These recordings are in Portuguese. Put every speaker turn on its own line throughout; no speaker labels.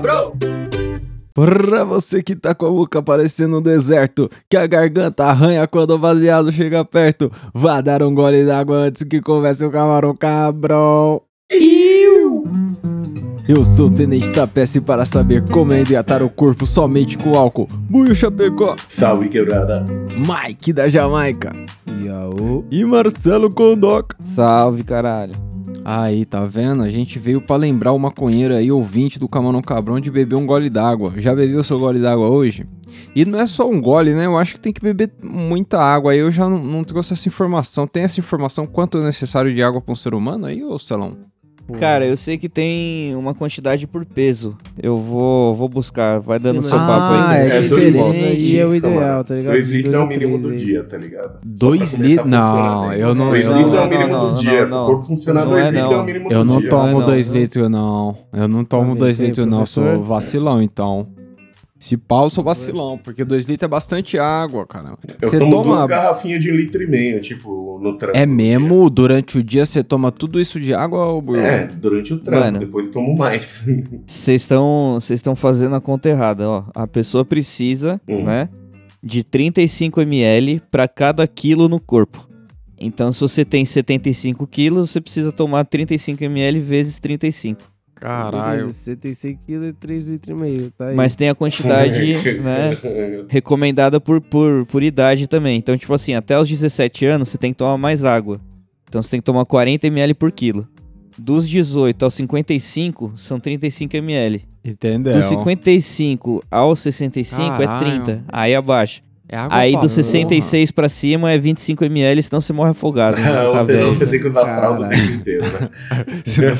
bro!
Pra você que tá com a boca parecendo um deserto, que a garganta arranha quando o baseado chega perto, vá dar um gole d'água antes que comece o camarão cabrão. Eu sou o Tenente Tapece para saber como é hidratar o corpo somente com álcool. Buio Chapecó,
Salve quebrada.
Mike da Jamaica
Yaô.
e Marcelo Kondoka.
Salve, caralho.
Aí, tá vendo? A gente veio pra lembrar o maconheiro aí, ouvinte do Camarão Cabrão, de beber um gole d'água. Já bebeu seu gole d'água hoje? E não é só um gole, né? Eu acho que tem que beber muita água. Aí eu já não, não trouxe essa informação. Tem essa informação quanto é necessário de água pra um ser humano aí, ô Celão?
Cara, eu sei que tem uma quantidade por peso. Eu vou, vou buscar, vai dando
Sim,
seu
mas-
papo
Ah,
aí.
é
dois
Zé.
diferente.
litros, né?
E é o
Isso, mano.
ideal, tá ligado?
Dois
De
litros
dois
é
a
o mínimo
três
do
aí.
dia, tá ligado?
Dois
Só pra começar a
litros?
funcionar
Não,
bem.
eu não.
tá Dois
eu
litros é
não-
o mínimo
não, não,
do dia.
não,
O corpo funciona
não
dois
é,
litros é
não.
o mínimo
Eu
do
não
dia.
tomo
não,
2
não.
litros, não. Eu não tomo
Aproveita
2
aí,
litros, não. Eu Sou
né? professor.
vacilão, então. Se pau, eu sou vacilão, porque 2 litros é bastante água, cara.
Eu
Você
tomo
toma-
duas garrafinhas de um litro e meio, tipo, no trampo.
É
no
mesmo? Durante o dia você toma tudo isso de água, ô
dia.
Burro?
É, durante o trampo.
Mano.
Depois tomo mais.
Vocês estão vocês estão fazendo a conta errada, ó. A pessoa precisa,
Hum.
né, de 35 ml pra cada quilo no corpo. Então, se você tem 75 quilos, você precisa tomar 35 ml vezes 35.
Caralho.
Beleza, 66 quilos e 3 litros e meio, tá aí.
Mas tem a
É,
quantidade, né, recomendada por, por, por idade também. Então, tipo assim, até os 17 anos você tem que tomar mais água. Então você tem que tomar 40 ml por quilo. Dos 18 aos 55 são 35 ml.
Entendeu?
Dos 55 aos 65
Caralho.
é 30. Aí abaixa.
É água
Aí
pra
dos 66 pra cima é 25 ml, senão você morre afogado. né? Já tá
Ou senão
velho.
Ah, você tem que usar fralda o
Caralho.
tempo inteiro, né?
porra. Senão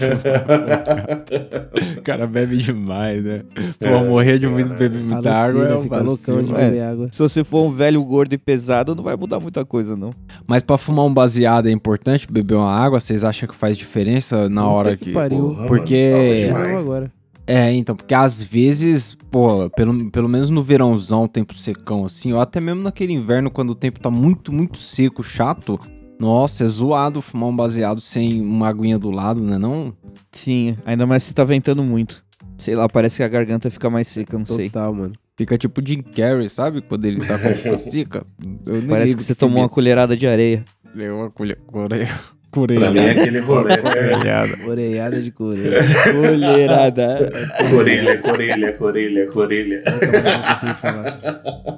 você- o cara bebe demais, né? Pô, morrer de muito beber muita água é um
assim, né? fica
vacilo.
loucão de
é.
beber água.
Se você for um velho gordo e pesado, não vai mudar muita coisa, não.
Mas pra fumar um baseado é importante beber uma água? Vocês acham que faz diferença na
Puta
hora
que
que...
pariu.
Porra, mano,
Porque-
salva
É.
Não,
demais.
agora.
É, então, porque às vezes, pô, pelo, pelo menos no verãozão, tempo secão assim, ou até mesmo naquele inverno quando o tempo tá muito, muito seco, chato, nossa, é zoado fumar um baseado sem uma aguinha do lado, né não?
Sim, ainda mais se tá ventando muito. Sei lá, parece que a garganta fica mais seca, não sei.
Total, mano.
Fica tipo Jim Carrey, sabe? Quando ele tá com a boca seca. Eu nem
Parece
ligo
que você tomou uma colherada de areia.
bebida. Eu uma colher... Corei...
Pra mim é
Corelhada.
aquele rolê, né?
Orelhada de coreia.
Colherada.
Corelha, corelha, corelha, corelha.
Nunca mais vou conseguir falar.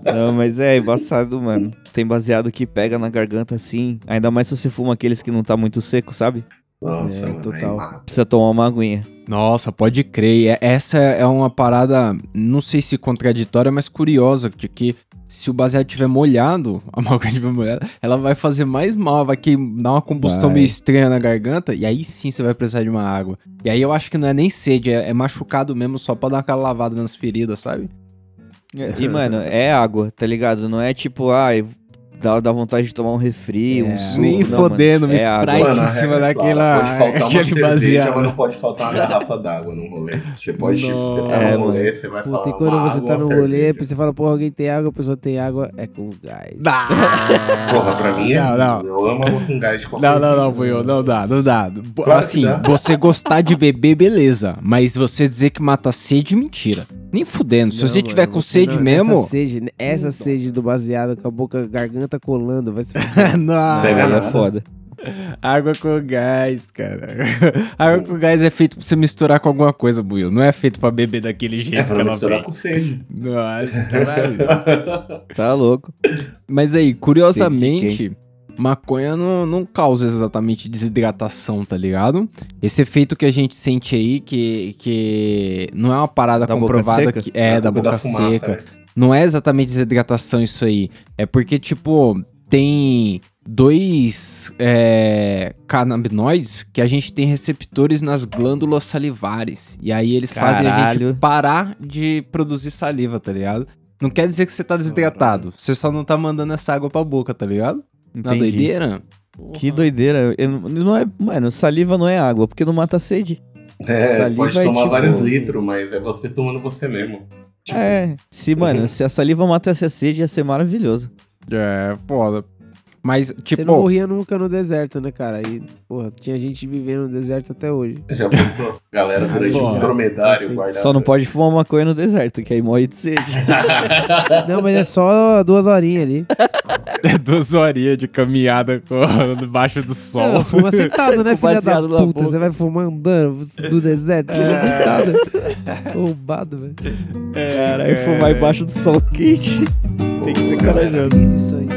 Não, mas é embaçado, mano. Tem baseado que pega na garganta assim. Ainda mais se você fuma aqueles que não tá muito seco, sabe?
Nossa,
É,
mano,
total.
aí mata.
Precisa tomar uma aguinha.
Nossa, pode crer. É- Essa é uma parada, não sei se contraditória, mas curiosa, de que se o baseado tiver molhado, a maconha tiver molhada, ela vai fazer mais mal, ela vai que dar uma combustão
Vai.
meio estranha na garganta, e aí sim você vai precisar de uma água. E aí eu acho que não é nem sede, é, é machucado mesmo, só pra dar aquela lavada nas feridas, sabe?
E, mano, é água, tá ligado? Não é tipo, ai, dá, dá vontade de tomar um refri, um suco.
nem
não,
fodendo,
mano.
me
é água.
Sprite
a
Tá em cima
regra é
daquela-
clara, Pode faltar uma
aquele
cerveja,
baseado.
mas não pode faltar uma garrafa d'água num rolê. Você pode, tipo, você tá
É,
no rolê, você vai falar
Puta, e quando
uma
você
água,
tá
uma
no rolê,
cerveja.
você fala, porra, alguém tem água, a pessoa tem água, é com gás.
Porra, pra mim é.
Não, não.
Eu amo água com gás de qualquer
Não, não, não,
jeito.
Buiu, não dá, não dá. Bo-
Claro que
assim,
dá.
você gostar de beber, beleza. Mas você dizer que mata a sede, mentira. Nem fudendo. Se
Não,
você é tiver
mano,
com
você
sede
não-
mesmo.
Essa sede, essa sede do baseado com a boca, garganta colando, vai se fuder.
Não,
Pega
Aí
na
é foda.
água com gás, cara. água com gás é feito pra você misturar com alguma coisa, Buiu. Não é feito pra beber daquele
É
jeito
pra
que ela
misturar
vem.
com sede.
Nossa, caralho.
Tá louco.
Mas aí, curiosamente, maconha não, não causa exatamente desidratação, tá ligado? Esse efeito que a gente sente aí, que, que não é uma parada
Da boca
comprovada
seca?
que é
um
da, boca
fumaça,
seca.
né?
Não é exatamente desidratação isso aí. É porque, tipo, tem dois é, canabinoides que a gente tem receptores nas glândulas salivares. E aí eles fazem a
Caralho.
gente parar de produzir saliva, tá ligado? Não quer dizer que você tá desidratado. Você só não tá mandando essa água pra boca, tá ligado? Na
Entendi.
doideira?
Que doideira. Eu- não é, mano, saliva não é água, porque não mata a sede.
É,
Saliva
pode
é
tomar
tipo-
vários litros, mas é você tomando você mesmo. Tipo,
É.
É. Se, mano, se a saliva matasse a sede, ia ser maravilhoso.
É, foda. Mas,
Você
tipo,
não morria nunca no deserto, né, cara? E, porra, tinha gente vivendo no deserto até hoje.
Já pensou? Galera durante
Ah, Bom,
um dromedário
assim,
guardado.
Só não pode fumar maconha no deserto, que aí morre de sede.
Não, mas é só duas horinhas ali.
é duas horinhas de caminhada com- debaixo do sol.
um.
Não, fuma sentado, né,
Com
filha da
baseado na
puta?
boca. É.
Você vai fumar andando do deserto, fuma sentado. né? Roubado, velho.
Caralho, fumar embaixo do sol quente. Tem que ser
Galera,
corajoso.
Que isso aí?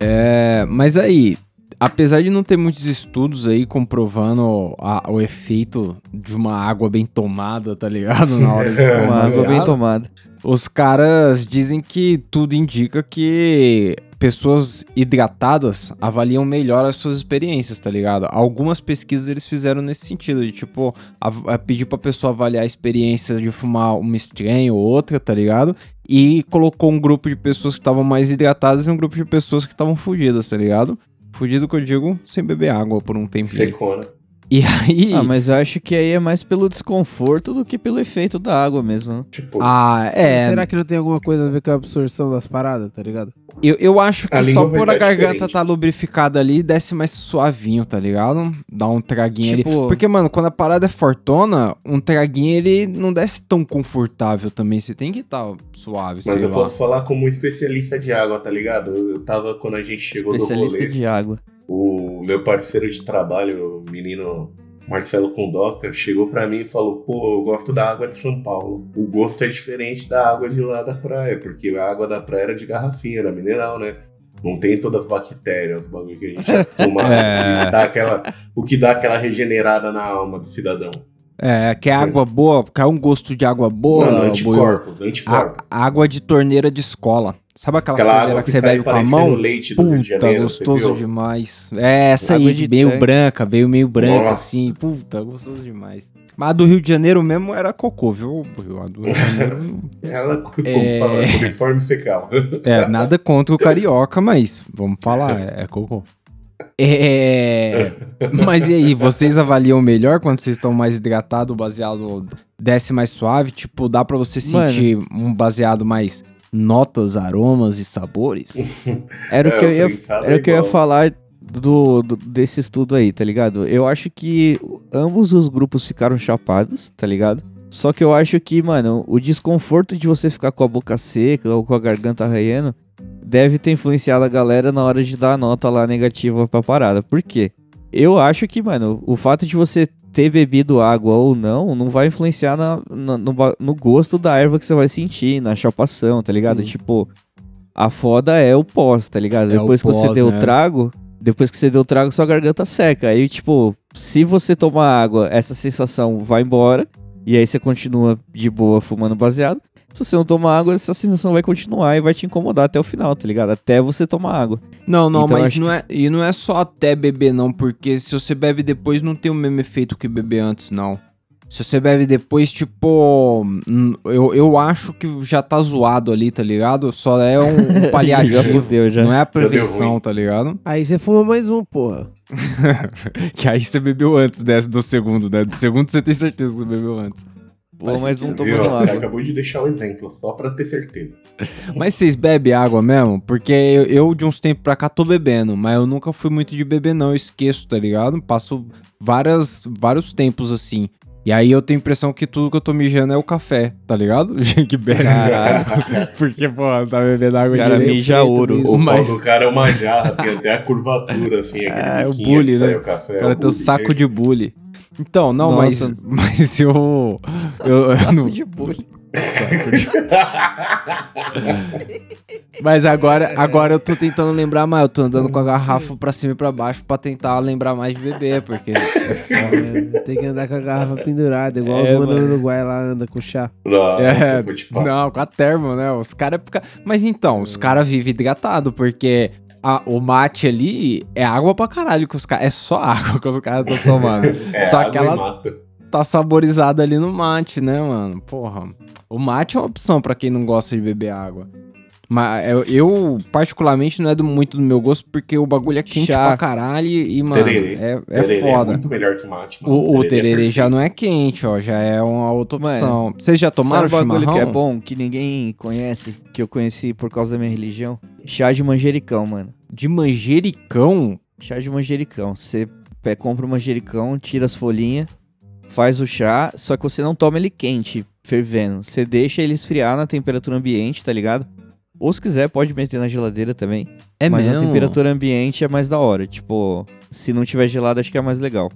É, mas aí, apesar de não ter muitos estudos aí comprovando a- o efeito de uma água bem tomada, tá ligado? Na hora de
É,
Uma
tomar
água bem
baseado,
tomada.
Os caras dizem que tudo indica que pessoas hidratadas avaliam melhor as suas experiências, tá ligado? Algumas pesquisas eles fizeram nesse sentido, de tipo, av- a- pedir pra pessoa avaliar a experiência de fumar uma estranha ou outra, tá ligado? E colocou um grupo de pessoas que estavam mais hidratadas e um grupo de pessoas que estavam fugidas, tá ligado? Fugido que eu digo, sem beber água por um tempo.
Secona.
E aí...
Ah, mas eu acho que aí é mais pelo desconforto do que pelo efeito da água mesmo. né?
Tipo,
Ah, é.
Será que não tem alguma coisa a ver com a absorção das paradas, tá ligado?
Eu, eu acho que
A língua
só
vai
por a
dar
garganta
diferente.
tá lubrificada ali, desce mais suavinho, tá ligado? Dá um traguinho ali.
Tipo-
Porque, mano, quando a parada é fortona, um traguinho ele não desce tão confortável também. Você tem que estar suave,
Mas
sei
eu
lá.
posso falar como especialista de água, tá ligado? Eu eu tava, quando a gente chegou do
Especialista
rolê,
de água.
o meu parceiro de trabalho, o menino Marcelo Condoca, chegou pra mim e falou: pô, eu gosto da água de São Paulo. O gosto é diferente da água de lá da praia, porque a água da praia era de garrafinha, era mineral, né? Não tem todas as bactérias, os bagulho que a gente fuma,
É.
que dá aquela, o que dá aquela regenerada na alma do cidadão.
É, quer água boa, quer um gosto de água boa,
Mano,
boiô?
anticorpo, anticorpo.
A- Água de torneira de escola. Sabe aquela,
Aquela
torneira
água
que
que,
você
sai
bebe com a
parecendo
mão?
leite do Rio de
Puta,
Janeiro, você
gostoso
viu?
demais. É, essa
Água
aí,
de
meio
tanque.
branca, veio meio branca,
Nossa.
assim. Puta, gostoso demais. Mas a do Rio de Janeiro mesmo era cocô, viu? A do Rio de Janeiro...
Ela, como
É.
fala, é coliforme fecal.
é, nada contra o carioca, mas vamos falar, é, é cocô. É... Mas e aí, vocês avaliam melhor quando vocês estão mais hidratados, o baseado desce mais suave? Tipo, dá pra você
Mano.
sentir um baseado mais notas, aromas e sabores?
Era
É,
o que eu ia
pensava
Era o que eu ia
igual.
falar do, do- desse estudo aí, tá ligado? Eu acho que ambos os grupos ficaram chapados, tá ligado? Só que eu acho que, mano, o desconforto de você ficar com a boca seca ou com a garganta arranhando deve ter influenciado a galera na hora de dar a nota lá negativa pra parada. Por quê? Eu acho que, mano, o fato de você ter bebido água ou não, não vai influenciar na- na- no, ba- no gosto da erva que você vai sentir, na chapação, tá ligado?
Sim.
Tipo, a foda é o pós, tá ligado?
É o
depois que você
pós,
deu
né?
o trago, depois que você deu o trago, sua garganta seca. Aí, tipo, se você tomar água, essa sensação vai embora. E aí você continua de boa fumando baseado. Se você não tomar água, essa sensação vai continuar e vai te incomodar até o final, tá ligado? Até você tomar água.
Não, não,
Então,
mas
acho
não é, e não é só até beber, não, porque se você bebe depois, não tem o mesmo efeito que beber antes, não. Se você bebe depois, tipo, hum, eu, eu acho que já tá zoado ali, tá ligado? Só é um, um
já
paliativo.
fudeu, já.
Não é a
deu
prevenção,
ruim.
tá ligado?
Aí você fuma mais um, porra.
Que aí você bebeu antes dessa do segundo, né? Do segundo você tem certeza que você bebeu antes.
Pô, mais um
Viu?
tomando
Você
água.
acabou de deixar um exemplo, só pra ter certeza.
Mas vocês bebem água mesmo? Porque eu, eu, de uns tempos pra cá, tô bebendo, mas eu nunca fui muito de beber, não. Eu esqueço, tá ligado? Passo várias, vários tempos assim. E aí eu tenho a impressão que tudo que eu tô mijando é o café, tá ligado? que bebe.
Caralho.
Porque, pô, tá bebendo água
Cara,
direito.
mija
preto
ouro.
mesmo.
O
Mas-
pau do cara é uma jarra, tem até a curvatura, assim, aquele
Ah, é o
biquinho
bully,
que sai
né?
o café.
O
é
cara tem um
bully,
saco de
né?
bully. Então, não,
Nossa.
mas. Mas eu. Eu, eu não,
de bolha.
Mas agora, agora eu tô tentando lembrar mais. Eu tô andando com a garrafa pra cima e pra baixo pra tentar lembrar mais de beber, porque.
É, tem que andar com a garrafa pendurada, igual
É,
os manos do
mano.
Uruguai lá anda com chá.
Nossa,
É,
vou te falar.
Não, com a termo, né? Os caras. fica- Mas então,
É.
os caras vivem hidratado, porque a- o mate ali é água pra caralho que os caras. É só água que os caras estão tomando.
É,
Só
água
que
e
ela
mata.
tá saborizada ali no mate, né, mano? Porra. O mate é uma opção pra quem não gosta de beber água. Mas eu, eu, particularmente, não é do- muito do meu gosto, porque o bagulho é quente pra
Chato.
caralho e, mano,
Tererê.
é, é
Tererê
foda.
muito melhor que mate, mano.
O, o tererê
é
já não é quente, ó, já é uma outra
Mano,
opção. Vocês já tomaram
Sabe o bagulho
chimarrão?
que é bom, que ninguém conhece, que eu conheci por causa da minha religião? Chá de manjericão, mano.
De manjericão?
Chá de manjericão. Você pe- compra o manjericão, tira as folhinhas, faz o chá, só que você não toma ele quente, fervendo. Você deixa ele esfriar na temperatura ambiente, tá ligado? Ou se quiser, pode meter na geladeira também.
É
mas
mesmo?
na temperatura ambiente é mais da hora. Tipo, se não tiver gelado, acho que é mais legal.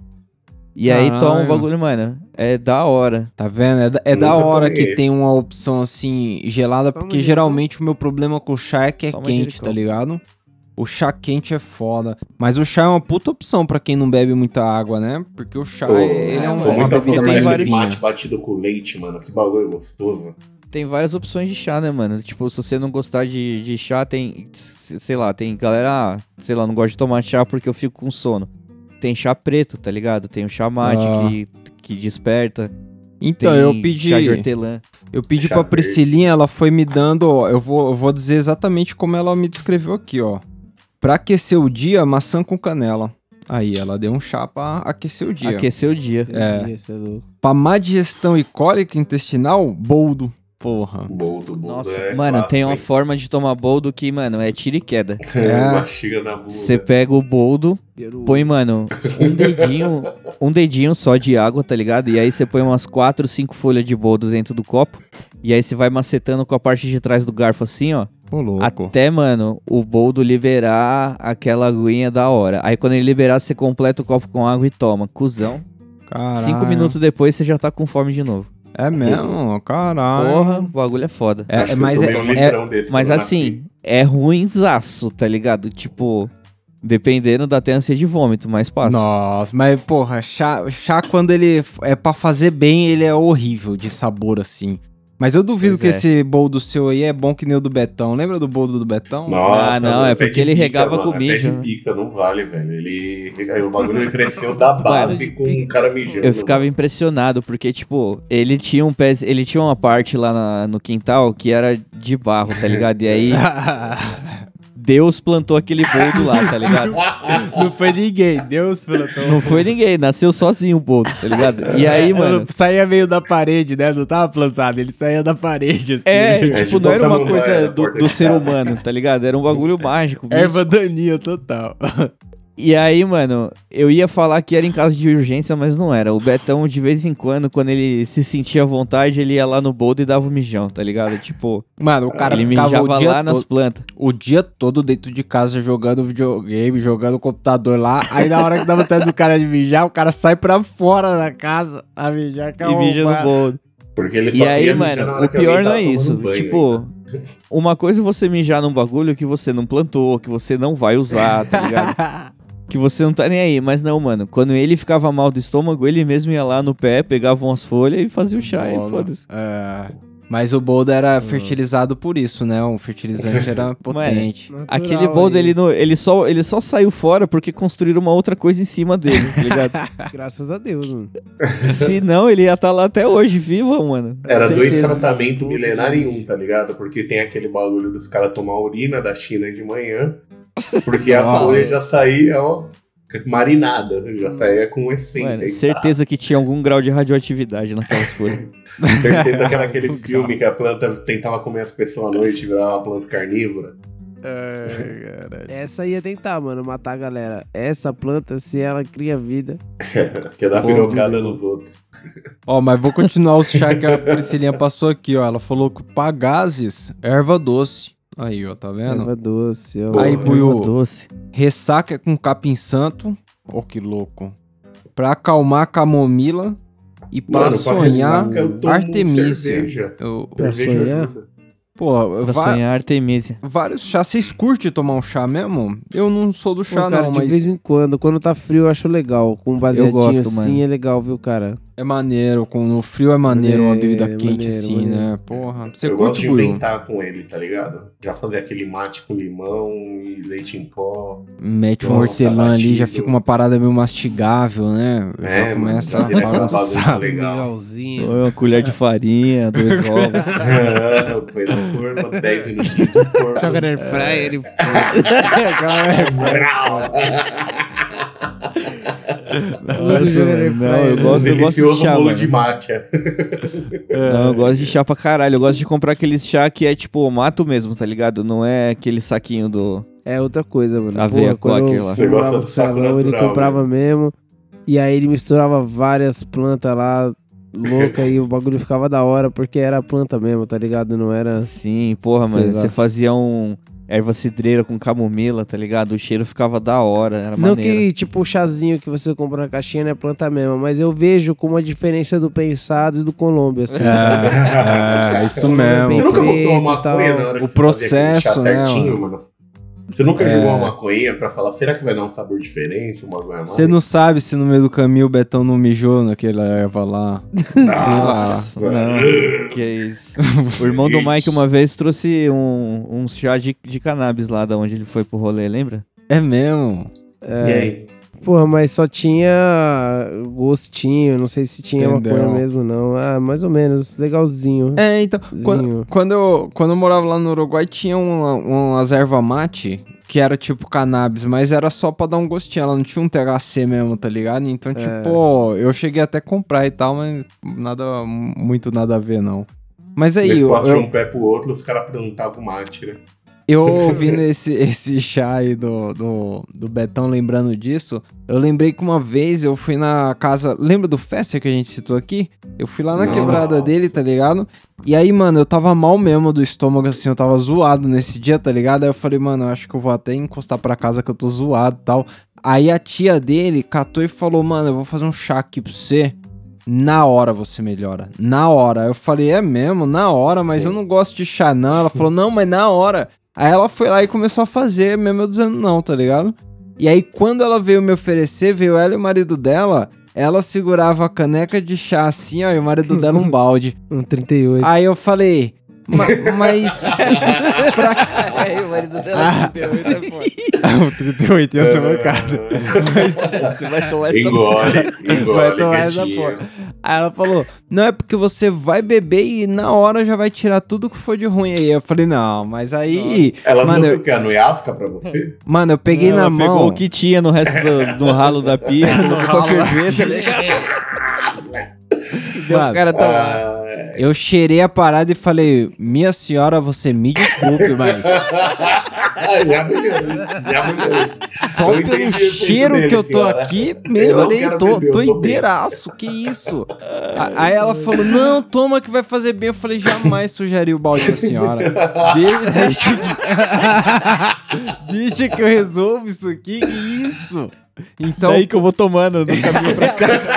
E aí toma o
Caralho.
bagulho, mano. É da hora.
Tá vendo? É da, é
Nunca
da hora
tomei
que
esse.
tem uma opção assim gelada,
Só
porque
manjericão.
geralmente o meu problema com o chá é que é
Só
quente,
manjericão.
tá ligado? O chá quente é foda. Mas o chá é uma puta opção pra quem não bebe muita água, né? Porque o chá,
Pô,
ele é
eu
uma,
sou
uma
muito a
bebida
favor
tem
mais
daquele
vários-
levinha.
mate batido com leite, mano. Que bagulho gostoso.
Tem várias opções de chá, né, mano? Tipo, se você não gostar de, de chá, tem. se- Sei lá, tem galera. ah, Sei lá, não gosta de tomar chá porque eu fico com sono. Tem chá preto, tá ligado? Tem o chá mate
Ah.
que, que desperta.
Então,
tem
eu pedi...
Chá de hortelã.
Eu pedi
Chá
pra
verde.
Priscilinha, ela foi me dando, ó, eu vou, eu vou dizer exatamente como ela me descreveu aqui, ó. Pra aquecer o dia, maçã com canela. Aí, ela deu um chá pra aquecer o dia.
Aqueceu o dia.
É.
Esse é louco.
Pra má digestão e cólica intestinal, boldo. Porra.
Boldo, boldo.
Nossa,
é
mano,
clássico,
tem uma
hein?
forma de tomar boldo que, mano, é tiro e queda.
É.
Mastiga na bunda.
Você pega o boldo,
Peru.
põe, mano, um dedinho, um dedinho só de água, tá ligado? E aí você põe umas 4, 5 folhas de boldo dentro do copo. E aí você vai macetando com a parte de trás do garfo assim, ó.
Ô, louco.
Até, mano, o boldo liberar aquela aguinha da hora. Aí quando ele liberar, você completa o copo com água e toma. Cusão.
Caralho.
Cinco minutos depois, você já tá com fome de novo.
É mesmo, caralho.
Porra, o bagulho é foda.
É,
Acho
é,
que
mas
eu
é,
tomei um
é-
litrão desse
Mas
quando eu
assim, é ruinzaço, tá ligado? Tipo, dependendo da tendência de vômito, mas passa.
Nossa, mas porra, chá, chá quando ele f- é pra fazer bem, ele é horrível de sabor assim. Mas eu duvido
Pois
que
é.
esse bolo do seu aí é bom que nem o do Betão. Lembra do bolo do Betão?
Nossa,
Ah, não,
mano,
é
pé
porque
de
ele regava com
mano, é
mijo,
Pé de
né?
pica, não vale, velho. Ele... aí O bagulho cresceu da base
Mano,
com um cara mijando.
Eu ficava impressionado, porque, tipo, ele tinha um pé, ele tinha uma parte lá na- no quintal que era de barro, tá ligado? E aí Deus plantou aquele boldo lá, tá ligado?
não foi ninguém, Deus plantou.
Não foi ninguém, nasceu sozinho o Boto, tá ligado? E
É,
aí, mano.
saía meio da parede, né? Não tava plantado, ele saía da parede assim.
É,
É,
tipo,
tipo,
não era
essa
uma
mão
coisa
vai na
do,
porta
do
de
ser
casa.
humano, tá ligado? Era um bagulho
É
mágico. místico.
daninha total.
E aí, mano, eu ia falar que era em caso de urgência, mas não era. O Betão, de vez em quando, quando ele se sentia à vontade, ele ia lá no boldo e dava o mijão, tá ligado? Tipo,
Mano, o cara
ele
ficava
mijava
o
lá
dia,
nas
todo,
plantas.
o dia todo dentro de casa jogando videogame, jogando computador lá. Aí na hora que dá vontade do cara de mijar, o cara sai pra fora da casa a mijar. que é
E
um
mija no
bar-
boldo.
Porque ele
E
só
aí,
queria mijar na
mano,
hora
o
que alguém
pior não
tava
é
tomando
isso.
banho,
tipo, uma coisa é você mijar num bagulho que você não plantou, que você não vai usar, tá ligado? que você não tá nem aí. Mas não, mano, quando ele ficava mal do estômago, ele mesmo ia lá no pé, pegava umas folhas e fazia o chá
Bola.
e foda-se.
um
Uhum.
É, Mas o boldo era fertilizado por isso, né? O fertilizante era potente.
Natural
Aquele boldo,
aí.
ele, não- ele, só, ele só saiu fora porque construíram uma outra coisa em cima dele, tá ligado?
Graças a Deus, mano.
Se não, ele ia estar lá até hoje, vivo, mano.
Era dois
Certeza.
tratamentos milenários em um, tá ligado? Porque tem aquele bagulho dos caras tomar urina da China de manhã, porque a
Nossa.
folha já saía, ó, marinada, já saía com
Mano,
essência.
certeza que tinha algum grau de radioatividade naquelas folhas.
Então, Certeza que era aquele filme que a planta tentava comer as pessoas à noite e virava uma planta carnívora.
Essa ia tentar, mano, matar a galera. Essa planta, se ela cria vida.
Que ia dar
Bom,
pirocada
Deus.
nos outros.
Ó, mas vou continuar o chá que a Priscilinha passou aqui, ó. Ela falou que pagazes, erva doce. Aí, ó, tá
É,
vendo?
Erva doce, ó.
Boa.
Aí,
Porra,
Buiu,
doce.
ressaca com capim santo. Ó, que louco. Pra acalmar camomila e pra
Mano, pra
sonhar.
ressaca, eu tomo um
Artemisia.
cerveja.
Eu,
Pra
Cerveja
sonhar?
ajuda.
pô,
Pra
va-
sonhar Artemisia.
vários chás. Vocês curtem tomar um chá mesmo? Eu não sou do
Pô,
chá,
cara,
não,
de
mas.
vez em quando, quando tá frio, eu acho legal. Com um baseadinho
gosto,
assim
mano.
é legal, viu, cara?
É maneiro, com no frio é maneiro uma bebida
Maneiro,
quente
maneiro,
assim,
maneiro.
né? Porra, você
eu gosto
curte
de
Buiu?
inventar com ele, tá ligado? Já fazer aquele mate com limão e leite em pó.
Mete um
Nossa,
hortelã ali, já
batido.
fica uma parada meio mastigável, né?
É,
já
mano,
começa
já
a
vira aquela
bagunçar.
bagunça
Um
legal.
Miguelzinho.
Uma colher de farinha, dois
É.
ovos.
Põe no forno, 10 minutinhos no forno.
Joga na
é.
airfryer e...
Nossa, velho, não, eu gosto, eu gosto de
Delicioso
chá,
bolo
mano.
de mate. é.
Não, eu gosto de chá pra caralho. Eu gosto de comprar aquele chá que é tipo mato mesmo, tá ligado? Não é aquele saquinho do.
É outra coisa, mano.
Aveia
Porra, quando
coque
eu
lá.
eu
Você gosta
morava com o
do saco
salão, ele
natural, né?
comprava mesmo. E aí ele misturava várias plantas lá, louca, e o bagulho ficava da hora, porque era planta mesmo, tá ligado? Não era...
Sim, assim, porra,
Sei
mano.
lá.
Você fazia um erva cidreira com camomila, tá ligado? O cheiro ficava da hora, era
Não
é maneiro.
que, tipo, o chazinho que você compra na caixinha não é planta mesmo, mas eu vejo como a diferença do pensado e do Colômbia, assim, sabe?
É, é, isso
Você
Bem
mesmo.
nunca botou uma
feito e
maconha
tal.
na hora
O
que você fazia aquele
processo,
chá
né,
certinho, mano? Você nunca
É.
jogou uma maconha pra falar, será que vai dar um sabor diferente, uma goiaba?
Você não sabe se no meio do caminho o Betão não mijou naquela erva lá.
Nossa.
Não, que isso. O irmão do
Isso.
Mike uma vez trouxe um, um chá de, de cannabis lá da onde ele foi pro rolê, lembra?
É mesmo.
E aí?
Porra, mas só tinha gostinho, não sei se tinha
Entendeu.
maconha mesmo, não. Ah, mais ou menos, legalzinho.
É, então. Quando,
Zinho.
quando eu, quando eu morava lá no Uruguai, tinha uma, umas erva mate que era tipo cannabis, mas era só pra dar um gostinho. Ela não tinha um THC mesmo, tá ligado? Então, tipo, eu cheguei até a comprar e tal, mas nada. Muito nada a ver, não. Mas aí,
Eles
eu,
passam de
eu,
um pé pro outro, os caras perguntavam o mate, né?
eu ouvindo esse, esse chá aí do, do, do Betão lembrando disso, eu lembrei que uma vez eu fui na casa. Lembra do Fester que a gente citou aqui? Eu fui lá na
Nossa.
quebrada dele, tá ligado? E aí, mano, eu tava mal mesmo do estômago, assim, eu tava zoado nesse dia, tá ligado? Aí eu falei, mano, eu acho que eu vou até encostar pra casa que eu tô zoado e tal. Aí a tia dele catou e falou, mano, eu vou fazer um chá aqui pra você. Na hora você melhora. Na hora. Eu falei, é mesmo, na hora, mas eu não gosto de chá, não. Ela falou, não, mas na hora. Aí ela foi lá e começou a fazer, mesmo eu dizendo não, tá ligado? E aí, quando ela veio me oferecer, veio ela e o marido dela. Ela segurava a caneca de chá assim, ó, e o marido dela um balde.
Um 38.
Aí eu falei, "Ma- mas. pra... Ah."
Aí o marido
dela Ah, o 38 ia
É.
ser bancado.
Você vai tomar
Ah, Engole, engole,
Vai tomar essa
quietinho.
Aí ela falou: Não, é porque você vai beber e na hora já vai tirar tudo que for de ruim aí. Eu falei: Não, mas aí.
Ela
Mano,
não viu
eu-
o que? A Noiasca pra você?
Mano, eu peguei na
Ela
mão.
pegou o que tinha no resto do, do ralo da pia, colocou pra
ralo da um
ferver, tá ligado? E deu
Mano.
o cara tá...
Ah,
Eu cheirei a parada e falei: Minha senhora, você me desculpe, mas
Ah, já melhorou, já melhorou.
só
Eu
pelo
entendi o efeito
cheiro
dele,
que eu tô
senhora.
aqui,
Eu não
melhorei,
quero
tô,
beber, eu
tô
tô bem.
inteiraço, que isso? A- Aí ela falou: Não, toma que vai fazer bem. Eu falei: Jamais sujaria o balde da senhora. Deixa, deixa- deixa que eu resolvo isso aqui, que isso? Então,
Daí que eu vou tomando no caminho pra casa.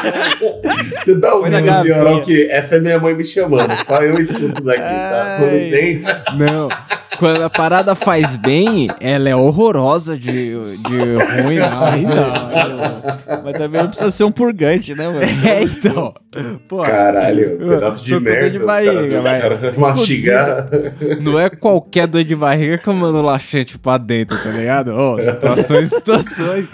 Você tá ouvindo,
Põe na
senhora,
garrafinha.
o quê? Essa é minha mãe me chamando. Só eu escuto daqui, tá? Com
Ai.
licença.
não. Quando a parada faz bem, ela é horrorosa de, de ruim. Mas,
Mas também não precisa ser um purgante, né, mano?
É, então. Pô,
Caralho, um
Eu
pedaço de
tô com dor
merda.
de
os
barriga,
caras- os caras mastigar.
não é qualquer dor de barriga que eu mando um laxante pra dentro, tá ligado? Ô, situações, situações.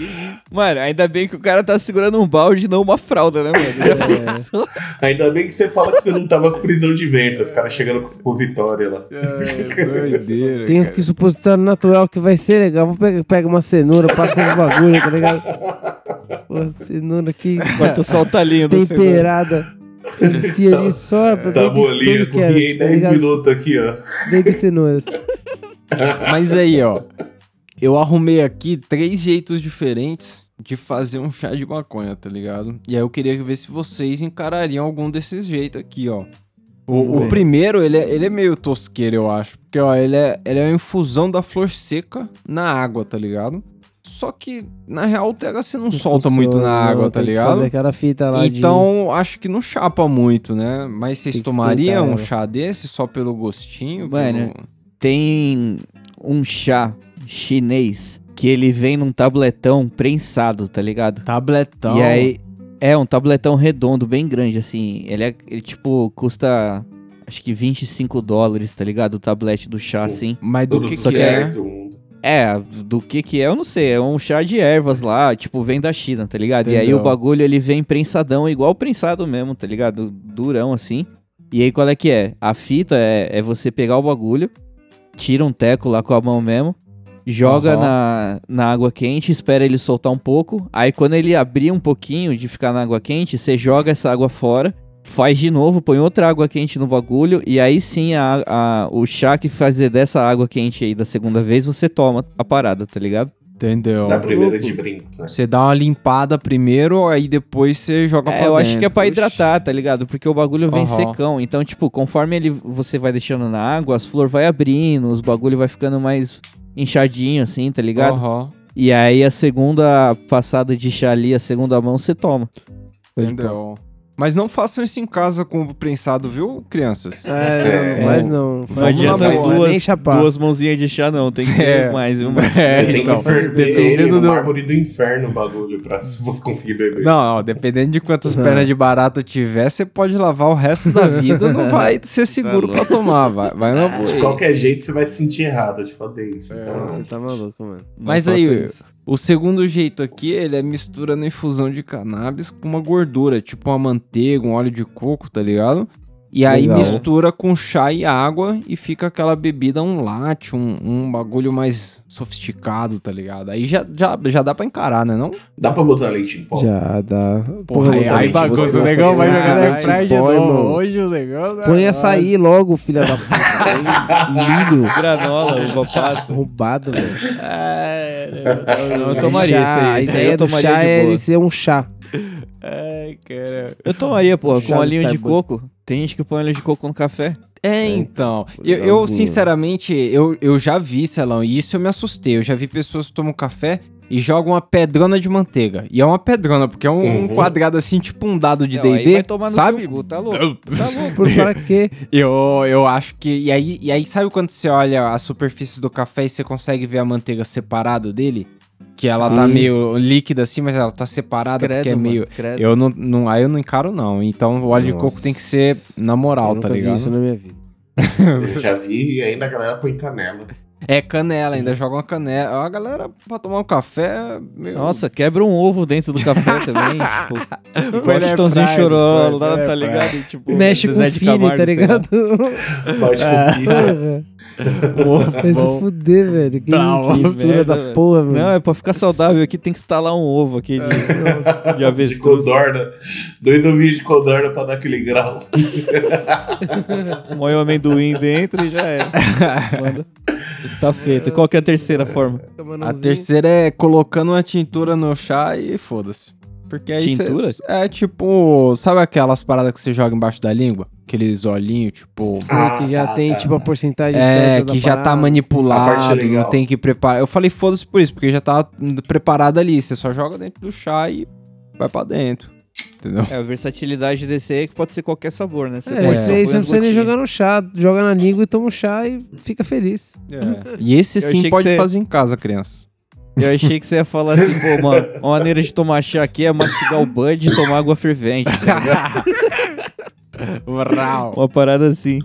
Mano, ainda bem que o cara tá segurando um balde e não uma fralda, né, mano?
Ainda bem que você fala que você não tava com prisão de ventre. Os caras chegando com supositório lá.
É, doideira.
Tem que supositório natural que vai ser legal. Vou pegar, pega uma cenoura, passa uns bagulho, tá ligado? Pô, cenoura aqui
Corta só o talinho do senhor.
temperada. Enfia ali só,
Tá
baby
bolinha,
baby
cozinhei
tipo,
carrot, tá
10
ligado? assim.
minutos aqui, ó.
Baby cenouras.
Mas aí, ó. Eu arrumei aqui três jeitos diferentes de fazer um chá de maconha, tá ligado? E aí eu queria ver se vocês encarariam algum desses jeitos aqui, ó. O, o
ver.
primeiro, ele é, ele é meio tosqueiro, eu acho. Porque, ó, ele é, ele é uma infusão da flor seca na água, tá ligado? Só que, na real, o THC não, solta muito na
Funciona,
água,
não,
tá
tem que
ligado?
Fazer aquela fita lá de-
Então, acho que não chapa muito, né? Mas vocês
Tem que
tomariam
esquentar
um
ela.
chá desse só pelo gostinho?
Mano,
pelo-
Tem um chá chinês que ele vem num tabletão prensado, tá ligado?
Tabletão.
E aí, É, um tabletão redondo, bem grande, assim. Ele, é, ele tipo, custa acho que 25 dólares, tá ligado? O tablete do chá,
Pô,
assim.
Mas do
Todos
que,
os
que é?
lugares do mundo.
É, do que que é, eu não sei. É um chá de ervas lá, tipo, vem da China, tá ligado? E aí
Entendeu.
o bagulho, ele vem prensadão, igual prensado mesmo, tá ligado? Durão, assim. E aí qual é que é? A fita é, é você pegar o bagulho, tira um teco lá com a mão mesmo, joga
Aham.
na, na água quente, espera ele soltar um pouco. Aí quando ele abrir um pouquinho de ficar na água quente, você joga essa água fora, faz de novo, põe outra água quente no bagulho, e aí sim a, a- o chá que fazer dessa água quente aí da segunda vez, você toma a parada, tá ligado?
Entendeu?
Da primeira
louco.
de brincos, né?
Você dá uma limpada primeiro, aí depois você joga pra
É, eu acho que é pra
dentro.
hidratar, tá ligado? Porque o bagulho vem
Aham.
secão. Então, tipo, conforme ele você vai deixando na água, as flores vai abrindo, os bagulho vai ficando mais inchadinho, assim, tá ligado?
Aham.
E aí a segunda passada de chá ali, a segunda mão, você toma.
Entendeu? Mas não façam isso em casa com o prensado, viu, crianças?
É,
É.
não, mas não. Não
adianta
não,
boa,
nem chapar.
mãozinhas de chá, não. Tem que
É.
mais, viu?
É,
Você tem
então.
que ferver ele
dependendo
no
do-
mármore do inferno o bagulho pra você conseguir beber.
Não, ó, dependendo de quantas
Ah.
pernas de barata tiver, você pode lavar o resto da vida, não vai ser seguro pra tomar, vai, vai uma boa.
De qualquer jeito, você vai se sentir errado de fazer isso.
É,
então,
Nossa, você tá maluco, mano.
Mas aí, O segundo jeito aqui, ele é misturando a infusão de cannabis com uma gordura, tipo uma manteiga, um óleo de coco, tá ligado? E aí
Legal.
mistura com chá e água e fica aquela bebida, um latte, um, um bagulho mais sofisticado, tá ligado? Aí já, já, já dá pra encarar, né não?
Dá pra botar leite em pó?
Já dá.
Porra, aí- aí bagunça,
é
o negão vai jogar na air
fryer de novo.
Hoje o negão...
Põe açaí logo, filha da puta. Põe milho.
Granola, uva passa.
Roubado, velho.
não, eu
É
tomaria isso
chá,
aí.
A
Isso aí
ideia
eu
do
tomaria
chá é
de boa.
ele ser um chá.
Eu tomaria, porra, com
Chá de
olhinho de
Starbucks.
coco. Tem gente que põe olho de coco no café.
É,
É,
então. Eu, eu,
legalzinho.
sinceramente, eu, eu já vi, Celão, e isso eu me assustei. Eu já vi pessoas que tomam café e jogam uma pedrona de manteiga. E é uma pedrona, porque é um
Uhum.
quadrado assim, tipo um dado de
Não, aí
D&D,
vai tomar no
sabe?
seu cu, tá louco? Tá louco.
Por, para quê?
Eu, eu acho que... E aí, e aí, sabe quando você olha a superfície do café e você consegue ver a manteiga separada dele? Que ela tá
Sim.
meio líquida assim, mas ela tá separada porque é
mano,
meio...
credo.
Eu não, não, aí eu não encaro, não. Então o óleo de
Nossa.
coco tem que ser na
Eu
moral,
nunca
tá
vi
ligado?
isso na minha vida.
Eu já vi e ainda a galera põe canela.
É canela, ainda joga uma canela. A galera, pra tomar um café. Meu...
Nossa, quebra um ovo dentro do café também. tipo,
Foi na
Washingtonzinho
praia,
chorou
foi,
lá,
foi
tá
na
ligado? E, tipo,
Mexe com
Zezé
o
de
filho,
Camargo,
tá
sei lá.
ligado?
Pode
É,
confiar.
Porra. Vai se
ovo.
fuder, velho. Que
Tá
isso,
uma
mistura
merda,
da
velho.
porra,
Não,
velho.
é pra ficar saudável aqui, tem que instalar um ovo aqui de, de
De
avestruz.
codorna. Dois ovinhos de codorna pra dar aquele grau.
Põe o Um amendoim dentro e já era. Manda. Tá feito. Qual que é a terceira forma?
A terceira é colocando uma tintura no chá e foda-se. Porque aí cê-
Tintura?
é tipo, sabe aquelas paradas que você joga embaixo da língua? Aqueles olhinhos, tipo,
Sei que já
Ah, tá,
tem,
tá.
tipo, a porcentagem
é,
certa da
que já tá
parada.
A parte
manipulado,
legal.
não tem que preparar. Eu falei foda-se por isso, porque já tá hum, preparado ali, você só joga dentro do chá e vai pra dentro. Entendeu?
É, a versatilidade desse aí é que pode ser qualquer sabor, né? Você
É,
põe-
esse
põe
aí
as
você não precisa nem
gotinhas.
jogar no chá. Joga na língua e toma um chá e fica feliz.
E esse
Eu achei
sim
que
pode
cê-
fazer em casa, crianças.
Eu achei que você ia falar assim, pô, mano, uma maneira de tomar chá aqui é mastigar o bud e tomar água fervente.
Uau.
Uma parada assim.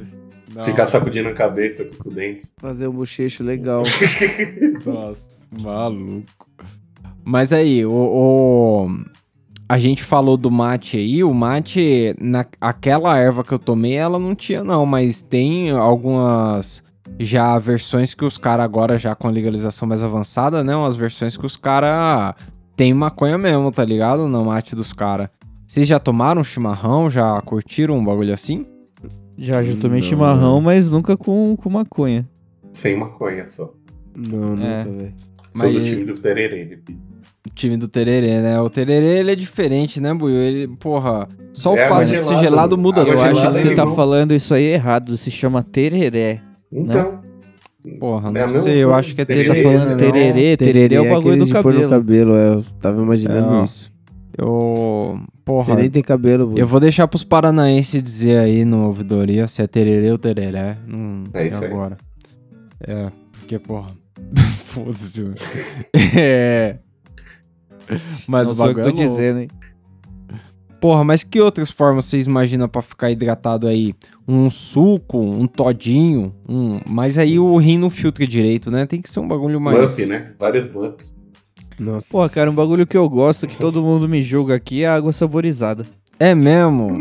Não.
Ficar sacudindo a cabeça com os dentes.
Fazer um bochecho legal.
Nossa, maluco. Mas aí, o, o- a gente falou do mate aí, o mate, na, aquela erva que eu tomei, ela não tinha não, mas tem algumas já versões que os caras agora, já com a legalização mais avançada, né, umas versões que os caras tem maconha mesmo, tá ligado? No mate dos caras. Vocês já tomaram chimarrão? Já curtiram um bagulho assim?
Já, já tomei
Não.
chimarrão, mas nunca com, com maconha.
Sem maconha só.
Não,
É.
nunca, velho.
Sou do
Mas-
time do Tererê. repito.
time do Tererê, né? O Tererê, ele é diferente, né, Buiu? Ele, porra, só
É,
o
água
fato de ser
gelada,
gelado
mano.
muda
Água
Eu
tudo,
acho
gelada
que
né?
você
e
tá
limão.
falando isso aí errado, se chama tereré.
Então,
Porra, não
É a mesma
sei, eu
coisa.
acho que é
Tererê,
tererê,
Você tá falando
né,
tererê, tererê é o bagulho
aquele
do
de pôr
cabelo.
no cabelo, é, eu tava imaginando
É, ó.
isso.
não? Eu...
Você
Porra,
nem tem cabelo, pô.
eu vou deixar pros paranaenses dizer aí no ouvidoria se é tererê ou tereré. Não
É
é
isso aí.
agora. É, porque, porra... Foda-se, né? É... Mas
Não
o
sou eu
bagulho
que
é
tô
louco.
dizendo, hein?
Porra, mas que outras formas vocês imaginam pra ficar hidratado aí? Um suco, um todinho, um... Mas aí o rim não filtra direito, né? Tem que ser um bagulho mais...
Mup, né? Vários mups.
Nossa.
Pô, cara, um bagulho que eu gosto, que todo mundo me julga aqui, é a água saborizada.
É mesmo?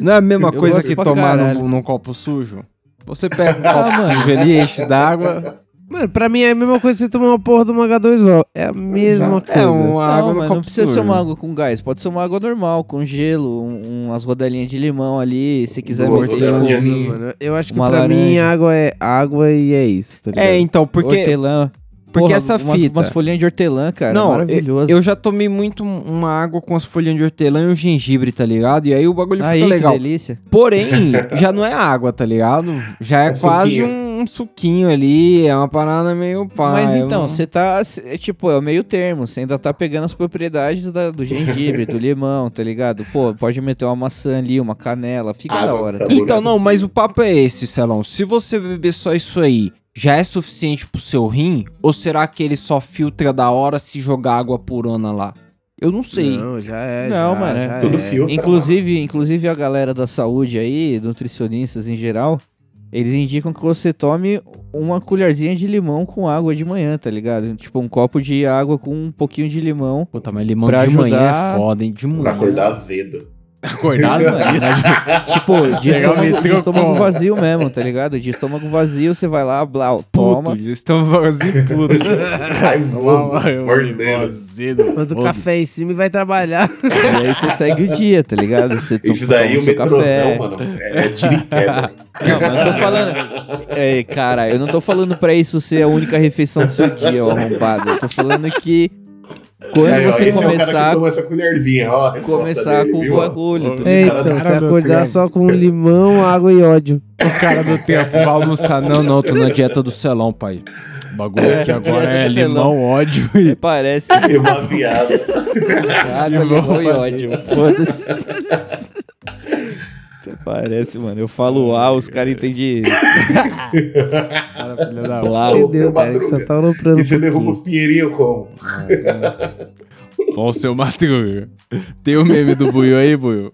Não é a mesma
Eu
coisa
gosto
que
pra
tomar
caralho.
num, num copo sujo? Você pega um copo sujo ali, enche d'água...
Mano, pra mim é a mesma coisa que você tomar uma porra de uma H2O. É a mesma
Exato.
coisa.
É, uma água
não,
no
mas
copo
não precisa
sujo.
ser uma água com gás, pode ser uma água normal, com gelo, um- umas rodelinhas de limão ali, se quiser
Boa,
meter
rodelinha.
tipo,
Sim, mano. Eu acho que
Uma
pra mim
laranja.
água é água e é isso, tá ligado?
É, então, porque...
hortelã.
porque
Porra,
essa
umas,
fita-
Umas folhinhas de hortelã, cara,
Não,
maravilhoso.
Eu já tomei muito uma água com as folhinhas de hortelã e o gengibre, tá ligado? E aí o bagulho
Aí,
fica
que
legal.
delícia.
Porém, já não é água, tá ligado? Já é,
É
quase
suquinho.
um, um suquinho ali, é uma parada meio pá.
Mas
eu
então,
não-
você tá, cê- é tipo, é o meio termo, você ainda tá pegando as propriedades da- do gengibre, do limão, tá ligado? Pô, pode meter uma maçã ali, uma canela, fica
Água
da
com
hora.
sabor.
Então, não, mas o papo é esse, Celão. Se você beber só isso aí, já é suficiente pro seu rim? Ou será que ele só filtra da hora se jogar água purona lá? Eu não sei.
Não, já é.
Não,
já,
mano, é
já
Tudo
é.
filtro.
Inclusive, inclusive a galera da saúde aí, nutricionistas em geral, eles indicam que você tome uma colherzinha de limão com água de manhã, tá ligado? Tipo, um copo de água com um pouquinho de limão.
Puta, mas limão
Pra
de manhã é
ajudar-
foda, hein? De manhã.
né? Pra acordar azedo.
Acordar né?
Mano, mas, tipo,
Legal, me
de estômago, de
trocou.
estômago vazio mesmo, tá ligado? De estômago vazio, você vai lá, blau,
Puto,
toma.
eles estão vazio puto.
Raivoso, mordendo.
Manda o café em cima e vai trabalhar.
E aí você segue o dia, tá ligado? Você to-
Isso daí,
toma
o
seu
metrôzão,
café.
mano. É, é tiro e queda.
Não, mas eu não tô falando. É, cara, eu não tô falando pra isso ser a única refeição do seu dia, ô arrombado. Eu tô falando que quando
Aí, ó,
você
esse É o cara
começar
que toma essa colherzinha, ó. a
a
resposta
começar
dele,
com
viu,
o
ó?
bagulho, tá
É,
ligado?
então,
Caralho,
você acordar
Thiago.
só com limão, água e ódio.
O cara do tempo vai almoçar. Não, não, tô na dieta do Celão, pai. O bagulho aqui agora
dieta
é
do Celão.
limão, ódio e.
Parece tá
Eu baseado.
água, limão e ódio. Foda-se. Até Parece, mano. Eu falo A, os caras entendem
Cara, filha da
blá.
Ô,
Entendeu,
seu
cara? Que só
Madruga.
tá aloprando.
E você
um
derruba
pouquinho.
os pinheirinhos como?
Ó, o seu Madruga. Tem o meme do Buiu aí, Buiu?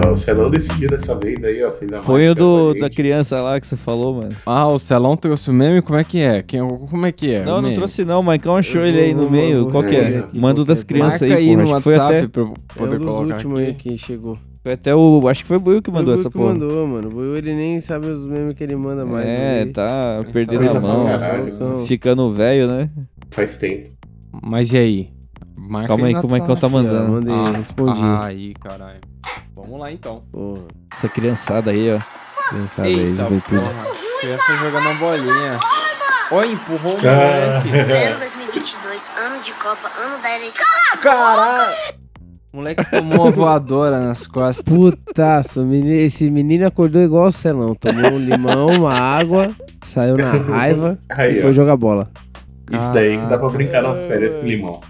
Ah, Você não decidiu dessa vez aí, ó. Fez a
Põe
mágica
o do,
pra
da
gente.
criança lá que você falou, mano.
Ah, o Celão trouxe o meme? Como é que é? Quem, como é que é? o
Não, não
meme?
trouxe não. O Maicão achou
Eu
ele aí no
vou- vou-
meio.
vou
Qual que
responder
é?
aqui,
Manda o
qual
das
que é?
crianças
Marca aí,
aí, pô.
no
Acho que foi
WhatsApp
até,
pra eu
É um
poder
dos
colocar.
últimos aí
aqui.
que chegou.
foi até o... Acho que foi o Buiu que mandou
Foi o
essa
que
porra.
mandou, mano. O Buiu, ele nem sabe os memes que ele manda mais.
É,
ele-
tá perdendo
Coisa
a
pra
mão.
caralho.
Loucão.
Ficando velho, né?
Faz tempo.
Mas e aí? Marca
Calma aí que o Maicão tá
Cara,
mandando.
mandei,
Ah,
respondi.
Aí, caralho. Vamos lá então.
Porra,
Essa criançada aí, ó. Tá
criançada aí, juventude.
porra. Criança jogando a bolinha. Ó, empurrou um o
Ah.
moleque.
Ano 2022, ano de Copa, ano da eleição.
Caralho! O moleque tomou uma voadora nas costas.
Putaço, meni- esse menino acordou igual o Celão. Tomou um limão, uma água, saiu na raiva
Aí,
e
ó.
foi jogar bola.
Isso daí que dá pra brincar
Ah.
nas férias com limão.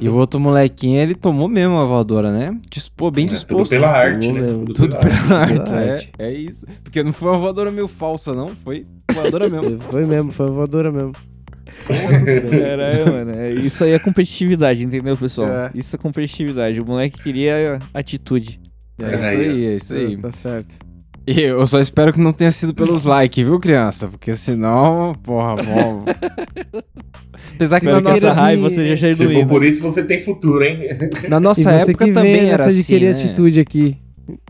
E o outro molequinho, ele tomou mesmo a voadora, né? Dispô, bem
É, tudo
disposto.
pela arte,
tudo
né?
mesmo,
Tudo,
Tudo
pela arte.
pela
arte.
arte.
Pela
É,
arte.
é isso. Porque não foi uma voadora meio falsa, não. Foi voadora mesmo.
Foi mesmo, foi voadora mesmo.
Caralho, mano. é- Isso aí é competitividade, entendeu, pessoal?
É.
Isso é competitividade. O moleque queria atitude.
É isso aí, é isso aí.
Tá certo.
E eu só espero que não tenha sido pelos likes, viu, criança? Porque senão, porra, bom. Apesar que tipo na
Espero que
nossa,
essa
que-
raiva seja já
Se for
diluída.
por isso, você tem futuro, hein?
na
e
nossa
você
época
que
também
vem
era
nessa de
assim,
querer
né?
atitude aqui.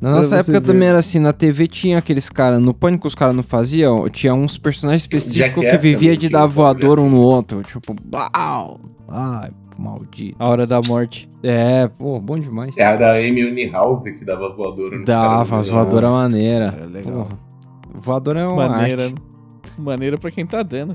Na nossa
Pra você
época
ver.
também era assim, na TV tinha aqueles caras, no Pânico os caras não faziam, tinha uns personagens específicos que
Jackass
vivia
também
de
tinha
dar
um bagulho
voador um
assim.
no outro, tipo, blau, ai, maldito.
A hora da morte.
É, pô, bom demais.
É a da Amy Unihouse que dava voadora no cara do
Dava, as
limão.
voadora maneira.
Era legal.
Porra. Voadora é uma
Maneira. né?
arte.
Maneira pra quem tá dando.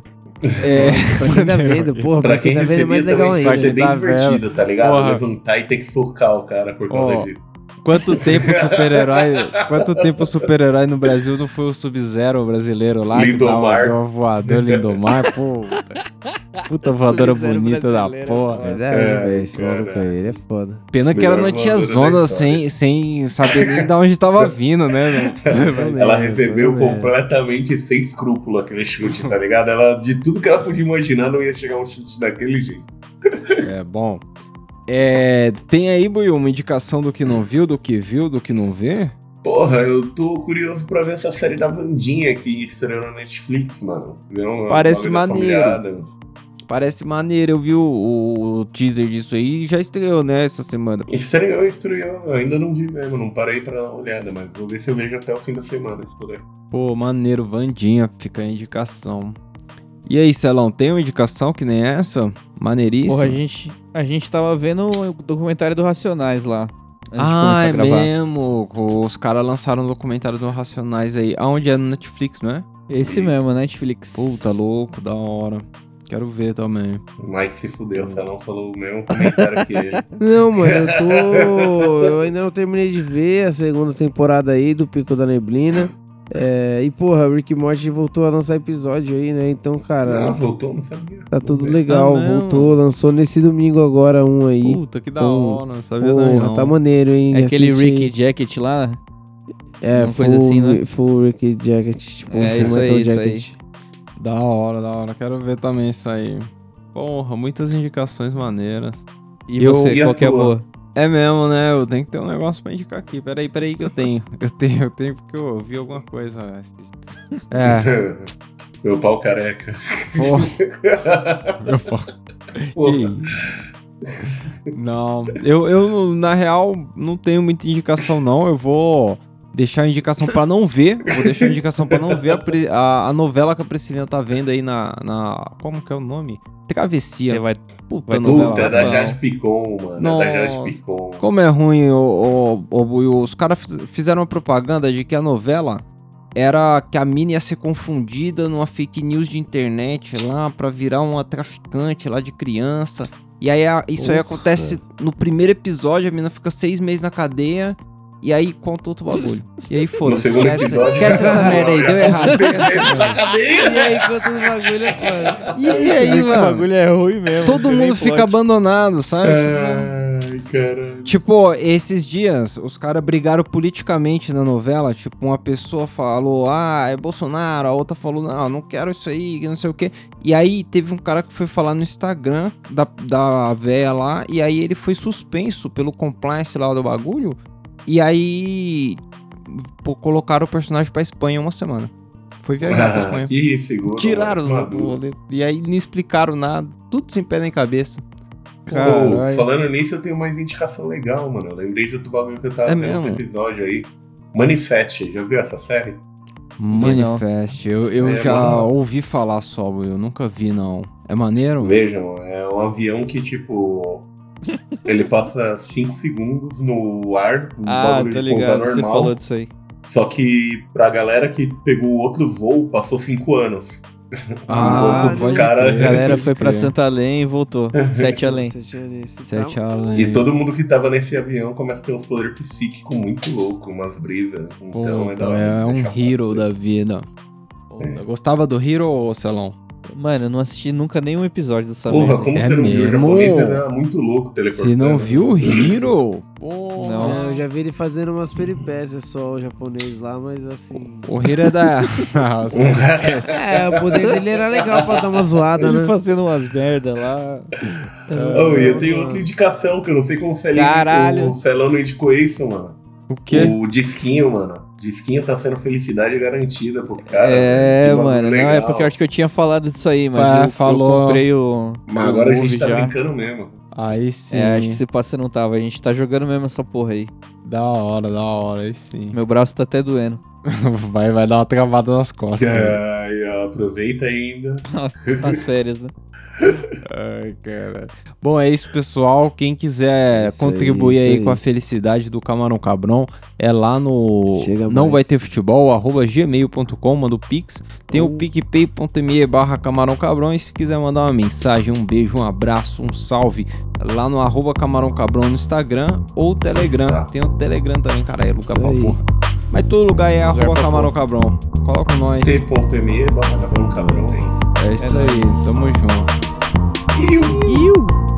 É,
Pra quem tá vendo, porra, pra,
Pra quem
quem tá vendo é
recebia também
mais legal
vai
ainda.
ser bem
Da
divertido, tá ligado?
Porra.
Levantar e ter que socar o cara por causa
Ó,
disso.
Quanto tempo o super-herói. Quanto tempo o super-herói no Brasil não foi o Sub-Zero brasileiro lá?
Lindomar.
Que dá uma, deu uma voadora, Lindomar, pô. Puta voadora
Sub-Zero
bonita da
brasileiro,
porra.
Verdade,
É,
velho. né? Esse
cara.
maluco aí, ele é foda.
Pena que era
Melhor
notinha
voadora
zona
da história.
sem, sem saber nem de onde tava vindo, né?
Exatamente.
Ela
É,
recebeu
exatamente.
completamente sem escrúpulo aquele chute, tá ligado? Ela, de tudo que ela podia imaginar, não ia chegar um chute daquele jeito.
É bom. É, tem aí, Buiu, uma indicação do que não viu, do que viu, do que não vê?
Porra, eu tô curioso pra ver essa série da Vandinha que estreou na Netflix, mano. Viu? Uma
Parece
bagulho da
maneiro.
Família Addams.
Parece maneiro, eu vi o, o teaser disso aí e já estreou, né, essa semana.
Estreou, estreou. Eu ainda não vi mesmo, não parei pra dar uma olhada, mas vou ver se eu vejo até o fim da semana, se puder.
Pô, maneiro, Vandinha, fica a indicação. E aí, Celão, tem uma indicação que nem essa? Maneiríssimo.
Porra, a gente, a gente tava vendo o documentário do Racionais lá. Antes
ah, é
de começar a gravar.
mesmo. Os caras lançaram um documentário do Racionais aí. Aonde é no Netflix, não é?
Esse mesmo, Netflix. É
Puta, louco, da hora. Quero ver também.
O Mike se fudeu, se ela não falou o mesmo comentário que ele.
Não, mano, eu tô. Eu ainda não terminei de ver a segunda temporada aí do Pico da Neblina. É, e porra, o Rick e Morty voltou a lançar episódio aí, né? Então, cara,
Ah, voltou, não sabia.
tá tudo
Vou ver.
legal.
Ah, não.
voltou, lançou nesse domingo agora um aí.
Puta, que da
pô,
hora. Não sabia
Porra,
não.
tá maneiro, hein?
É aquele
Assiste aí.
Ricky Jacket lá?
É,
uma
full,
coisa assim, né?
full Rick Jacket. Tipo,
É,
full
isso aí,
metal
isso aí.
jacket.
Da hora, da hora. Quero ver também isso aí. Porra, muitas indicações maneiras.
E
Eu-
você,
e a
qual que é a
tua?
boa?
É mesmo, né? Eu tenho que ter um negócio pra indicar aqui. Peraí, peraí que eu tenho. Eu tenho, eu tenho porque eu vi alguma coisa. né? É,
Meu pau careca.
porra. Meu pau. Que isso? Não, eu, eu, na real, não tenho muita indicação, não. Eu vou deixar a indicação pra não ver. Vou deixar a indicação pra não ver a, Pri- a, a novela que a Priscilina tá vendo aí na, na. Como que é o nome?
Você
Travessia.
vai...
Puta
vai-
novela.
Puta, é da
não.
Jade Picon, mano. É da Jade
Nossa.
Picon.
Como é ruim, o, o, os caras fiz- fizeram uma propaganda de que a novela era que a mina ia ser confundida numa fake news de internet lá pra virar uma traficante lá de criança. E aí a- isso aí
Ufa.
acontece no primeiro episódio, a mina fica seis meses na cadeia e aí conta outro bagulho. E aí
No
foda-se,
segundo
esquece,
episódio.
esquece essa merda aí, deu errado. esquece essa merda.
E aí, quanto os bagulho é
E aí, mano?
é ruim mesmo.
Todo mundo fica abandonado, sabe?
É. Ai, caralho.
Tipo, esses dias, os caras brigaram politicamente na novela. Tipo, uma pessoa falou, ah, é Bolsonaro. A outra falou, não, não quero isso aí, que não sei o quê. E aí teve um cara que foi falar no Instagram da, da véia lá. E aí ele foi suspenso pelo compliance lá do bagulho. E aí pô, colocaram o personagem pra Espanha uma semana. Foi viajar pra
Ah,
Espanha.
que seguro.
Tiraram
mano.
do do rolê. E aí não explicaram nada. Tudo sem pé nem cabeça.
Pô,
Caralho.
falando nisso, eu tenho mais indicação legal, mano. Eu lembrei de outro bagulho que eu tava
É
vendo outro
mesmo?
episódio aí. Manifest, já viu essa série?
Manifest, eu, eu
É,
já
mano.
ouvi falar só, eu nunca vi não. É maneiro?
Vejam, é um avião que, tipo. ele passa 5 segundos no ar, um
Ah, tô
de pousa
ligado, você
normal.
falou disso aí.
Só que pra galera que pegou outro voo, passou 5 anos.
Ah,
Os
pode
um cara-
crer,
A galera foi pra
pode crer.
Santa Além e voltou. Sete além.
Nossa, tinha nesse.
Sete
Tá-
além.
Uhum.
E todo mundo que tava nesse avião começa a ter uns poderes psíquicos muito loucos, umas brisas.
Pô,
Então é da hora.
é um
deixa eu
hero
falar É.
da vida. Gostava do hero ou Celão?
Mano, eu não assisti nunca nenhum episódio dessa
Porra,
merda.
como
É
você não viu? O
mesmo?
japonês era muito louco teleportando.
Você não viu o hero? Pô,
Não.
Não, É, eu já vi ele fazendo umas peripécias só, o japonês lá, mas assim.
O hero é da...
Um
É, o poder dele era legal pra dar uma zoada,
Ele
né?
fazendo umas merda lá.
Oh, e eu tenho outra indicação que eu não sei como o Celinho,
Caralho.
o Celão não indicou isso, mano.
o quê?
O Disquinho, mano. Disquinho tá sendo felicidade garantida pros caras.
É,
Que bagulho
mano, não, é
legal.
porque eu acho que eu tinha falado disso aí, mas
Ah,
eu- eu,
falou.
comprei o.
Mas
o
agora a gente
Move
tá
já.
brincando mesmo.
Aí sim,
É, acho que se passa não tava. A gente tá jogando mesmo essa porra aí.
da hora, da hora, aí sim.
Meu braço tá até doendo.
Vai,
É,
vai dar uma travada nas costas.
Ai, ó, aproveita ainda.
Nas férias, né?
Ai, cara. Bom, é isso, pessoal. Quem quiser
É Isso aí,
contribuir
isso
aí,
aí.
com a felicidade do Camarão Cabrão, é lá no
Chega
não
mais.
vai ter futebol, arroba gmail.com, manda o Pix. Tem o
Oh.
picpay.me barra Camarão Cabrão. E se quiser mandar uma mensagem, um beijo, um abraço, um salve, lá no arroba Camarão Cabrão no Instagram ou Telegram.
Tá.
Tem o Telegram também, cara. É Luca
Isso
pra
aí.
porra. Mas todo lugar é
Lugar
arroba
pra
Camarão Cabrão. Coloca nós.
tá
T.me, barra Cabrão Cabrão.
É isso
É
aí.
nóis.
Tamo junto.
E o
Iu!